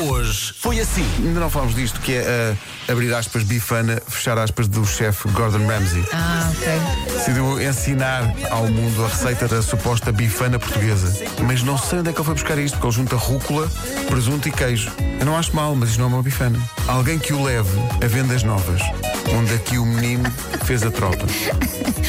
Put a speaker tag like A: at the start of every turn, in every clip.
A: hoje foi assim.
B: Ainda não falámos disto, que é ah, abrir aspas, bifana, fechar aspas do chefe Gordon Ramsay.
C: Ah, ok.
B: Decidiu ensinar ao mundo a receita da suposta bifana portuguesa. Mas não sei onde é que ele foi buscar isto, porque ele junta rúcula, presunto e queijo. Eu não acho mal, mas isto não é uma bifana. Alguém que o leve a vendas novas, onde aqui o menino fez a tropa.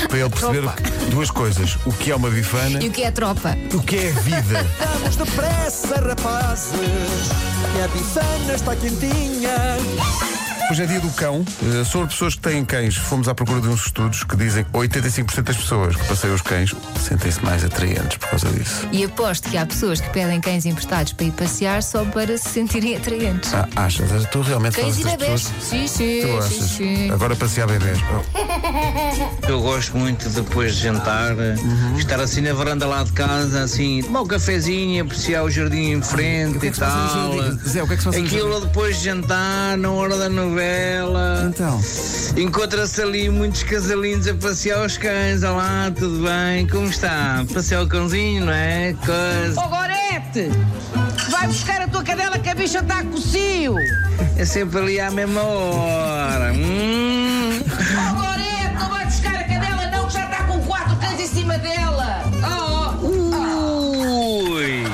B: Para ele perceber
C: Tropa.
B: duas coisas: o que é uma bifana
C: E o que é a tropa?
B: e o que é a vida.
D: Vamos depressa, rapazes, que a bifana está quentinha.
B: Hoje é dia do cão. Eh, Sobre pessoas que têm cães, fomos à procura de uns estudos que dizem que 85% das pessoas que passeiam os cães sentem-se mais atraentes por causa disso.
C: E aposto que há pessoas que pedem cães emprestados para ir passear só para se sentirem atraentes.
B: Ah, achas? Tu realmente
C: Cães
B: fazes
C: e
B: das
C: bebês.
B: pessoas.
C: Sim, sim,
B: Tu
C: sim,
B: achas?
C: sim.
B: Agora passear bebês. Oh,
E: Eu gosto muito depois de jantar,
B: Uhum.
E: estar assim na varanda lá de casa, assim, tomar um cafezinho, apreciar o jardim em frente
B: o que é
E: e
B: que se passa no
E: tal.
B: jardim? Zé, o que é que se passa no
E: Aquilo depois de jantar, na hora da novela.
B: Então.
E: Encontra-se ali muitos casalinhos a passear os cães. Olá, tudo bem? Como está? Passear o cãozinho, não é? Coisa.
F: Ô Gorete, vai buscar a tua cadela que a bicha tá está a cocio.
E: É sempre ali à mesma hora. Hum.
F: Ô Gorete, não vai buscar a cadela não, que já está com quatro cães em cima dela. Oh, oh.
E: Ui.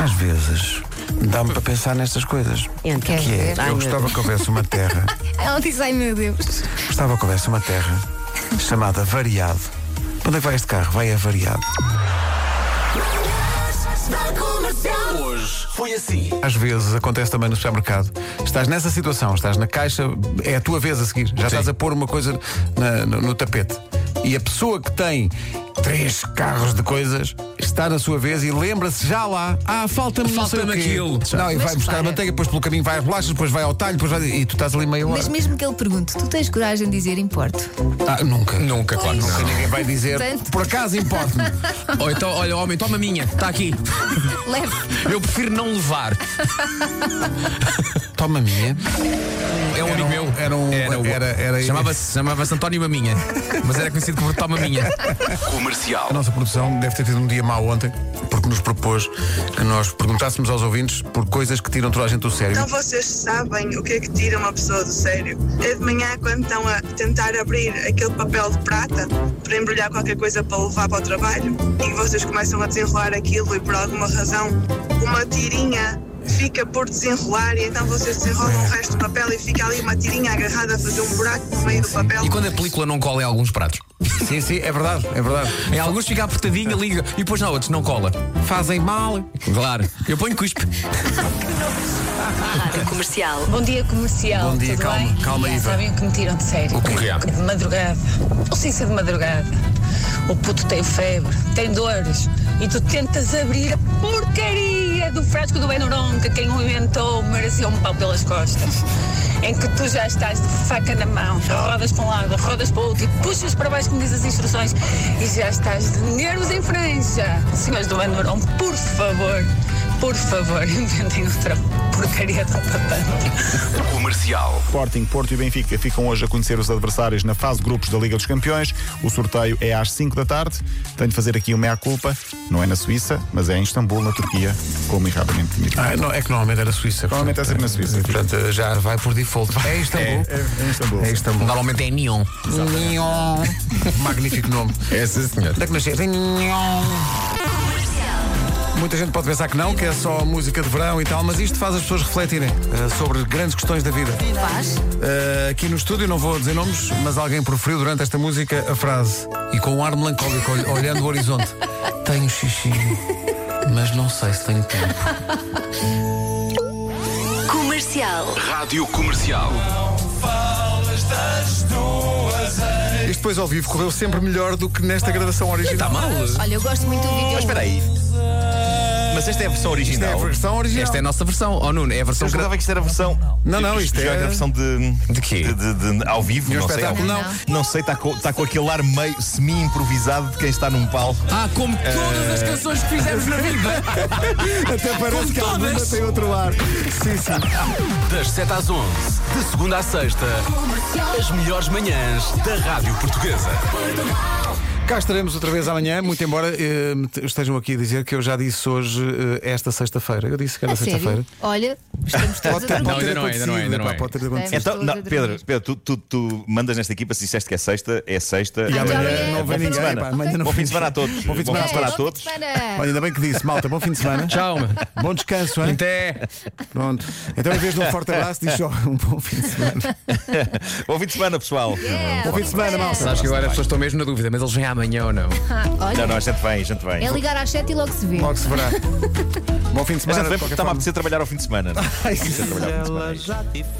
B: Às vezes dá-me para pensar nestas coisas.
C: Então.
B: Que é,
C: Ai,
B: eu
C: meu
B: gostava que houvesse uma terra,
C: Ela diz, ai meu Deus.
B: gostava que houvesse uma terra chamada Variado. Para Onde é que vai este carro? Vai a Variado.
A: Hoje foi assim.
B: Às vezes acontece também no supermercado. Estás nessa situação, estás na caixa, é a tua vez a seguir. Já estás a pôr uma coisa na- no, no tapete. E a pessoa que tem três carros de coisas está na sua vez e lembra-se já lá: ah, falta-me não sei o
A: Falta-me
B: quê."
A: aquilo.
B: Não, e
C: Mas
B: vai buscar a
C: repara.
B: manteiga, depois pelo caminho vai às bolachas, depois vai ao talho, depois vai. E tu estás ali meio hora.
C: Mas mesmo que ele pergunte, tu tens coragem de dizer importo?
B: Ah, nunca.
A: Nunca, claro. que
B: Nunca ninguém vai dizer,
C: Tanto.
B: por acaso importa-me.
A: não. Ou então, olha, homem, toma a minha, está aqui.
C: Leve.
A: Eu prefiro não levar.
B: Toma a minha.
A: É o
B: Era
A: único
B: um-
A: meu.
B: era um-
A: o-
B: era- era-
A: Chamava-se chamava António Maminha. Mas era conhecido por Toma Minha.
B: A
A: Comercial.
B: nossa produção deve ter tido um dia mau ontem, porque nos propôs que nós perguntássemos aos ouvintes por coisas que tiram toda a gente do sério.
G: Então vocês sabem o que é que tira uma pessoa do sério? É de manhã quando estão a tentar abrir aquele papel de prata para embrulhar qualquer coisa para levar para o trabalho e vocês começam a desenrolar aquilo e por alguma razão uma tirinha fica por desenrolar e então vocês
A: É.
G: desenrolam o resto do papel e fica ali uma tirinha agarrada a fazer um buraco no meio do papel.
A: E quando a película não cola em alguns pratos?
B: Sim, sim, é verdade, é verdade.
A: Em alguns fica apertadinha, liga. E depois na outros não cola.
B: Fazem mal.
A: Claro. Eu ponho cuspe.
H: Comercial.
I: Bom dia comercial.
B: Bom dia,
I: tudo
B: calma,
I: bem?
B: calma,
I: Já
B: Iva.
I: Sabem o que me tiram de sério?
B: O é? quê?
I: Que De madrugada. Ou sem ser de madrugada. O puto tem febre, tem dores. E tu tentas abrir a porcaria do frasco do Benuron, que quem o inventou merecia um pau pelas costas. Em que tu já estás de faca na mão, rodas para um lado, rodas para o outro e puxas para baixo como diz as instruções e já estás de nervos em franja. Senhores do Benuron, por favor, por favor, inventem outra porcaria de um papel.
J: Sporting, Porto e Benfica ficam hoje a conhecer os adversários na fase de grupos da Liga dos Campeões. O sorteio é às 5 da tarde. Tenho de fazer aqui o meia-culpa. Não é na Suíça, mas é em Istambul, na Turquia, como erradamente me disseram.
B: Ah, não, é que normalmente era Suíça.
J: Normalmente
B: portanto,
J: é sempre na Suíça.
B: Portanto, já vai por default. É Istambul.
J: é em Istambul.
B: É Istambul.
A: Normalmente é neon.
B: Nyon. Magnífico nome.
J: É, sim, senhor.
B: Onde é que nasceste? Nyon. Muita gente pode pensar que não, que é só música de verão e tal, mas isto faz as pessoas refletirem eh, sobre grandes questões da vida.
C: Faz.
B: Uh, aqui no estúdio, não vou dizer nomes, mas alguém proferiu durante esta música a frase e com um ar melancólico, olh- olhando o horizonte: Tenho xixi, mas não sei se tenho tempo.
H: Comercial.
B: Isto depois ao vivo correu sempre melhor do que nesta gravação original.
A: Está mal?
C: Olha, eu gosto muito do vídeo. Mas
K: Espera aí. Mas esta é a versão
B: Isto é a
K: original.
B: versão original.
A: Esta é a nossa versão. Oh, Nuno, é a versão
K: Eu
A: gra-
K: jurava que isto era a versão.
B: Não, não,
K: Eu
B: isto
K: jurava
B: é-
K: que era a versão de.
A: De quê?
K: De, de- de- ao vivo,
B: E um
K: não sei. ao
B: espetáculo,
K: vivo.
B: não.
K: Não sei, está com, tá com aquele ar meio semi-improvisado de quem está num palco.
A: Ah, como todas as canções que fizemos na vida.
B: Até parece que
A: todas.
B: tem outro ar. Sim, sim.
A: Das 7 às 11, de segunda à sexta, as melhores manhãs da Rádio Portuguesa.
B: Cá estaremos outra vez amanhã, muito embora eh, me te- estejam aqui a dizer que eu já disse hoje eh, esta sexta-feira. Eu disse que era
C: A sério?
B: sexta-feira.
C: Olha, estamos todos
B: Pode ter,
C: a
B: pode
C: dormir.
B: ter acontecido. epá, Pode ter acontecido.
C: Estamos
J: Então,
C: todos
J: não,
C: a dormir.
J: Pedro, Pedro tu, tu, tu mandas nesta equipa se disseste que é sexta, é sexta.
B: E
J: É-
B: amanhã
J: é-
B: não vem
J: bom fim de
B: ninguém,
J: semana.
B: pá, amanhã não
J: Bom fim
B: vem
J: de semana a
B: ninguém.
J: todos.
B: Bom fim de
C: É,
B: semana a
J: a
B: todos.
J: todos.
B: Olha, ainda bem que disse, malta, bom fim de semana.
A: Tchau, mano.
B: Bom descanso, hein?
A: Até.
B: Pronto. Então, em vez de um forte abraço, diz só um bom fim de semana.
J: Bom fim de semana, pessoal.
C: É,
B: Bom fim de semana, malta.
A: Sabes que agora as pessoas estão mesmo na dúvida, mas eles vêm amanhã ou não?
C: Ah,
J: Não, não,
C: Olha,
J: a gente vem, a gente vem.
C: é ligar às 7 e logo se vê.
B: Logo se verá. Bom fim de semana.
J: A
B: de
J: gente vem porque
B: qualquer
J: está-me a
B: forma.
J: apetecer trabalhar ao fim de semana. Não é? Está-me a apetecer trabalhar ao fim de semana. é isso.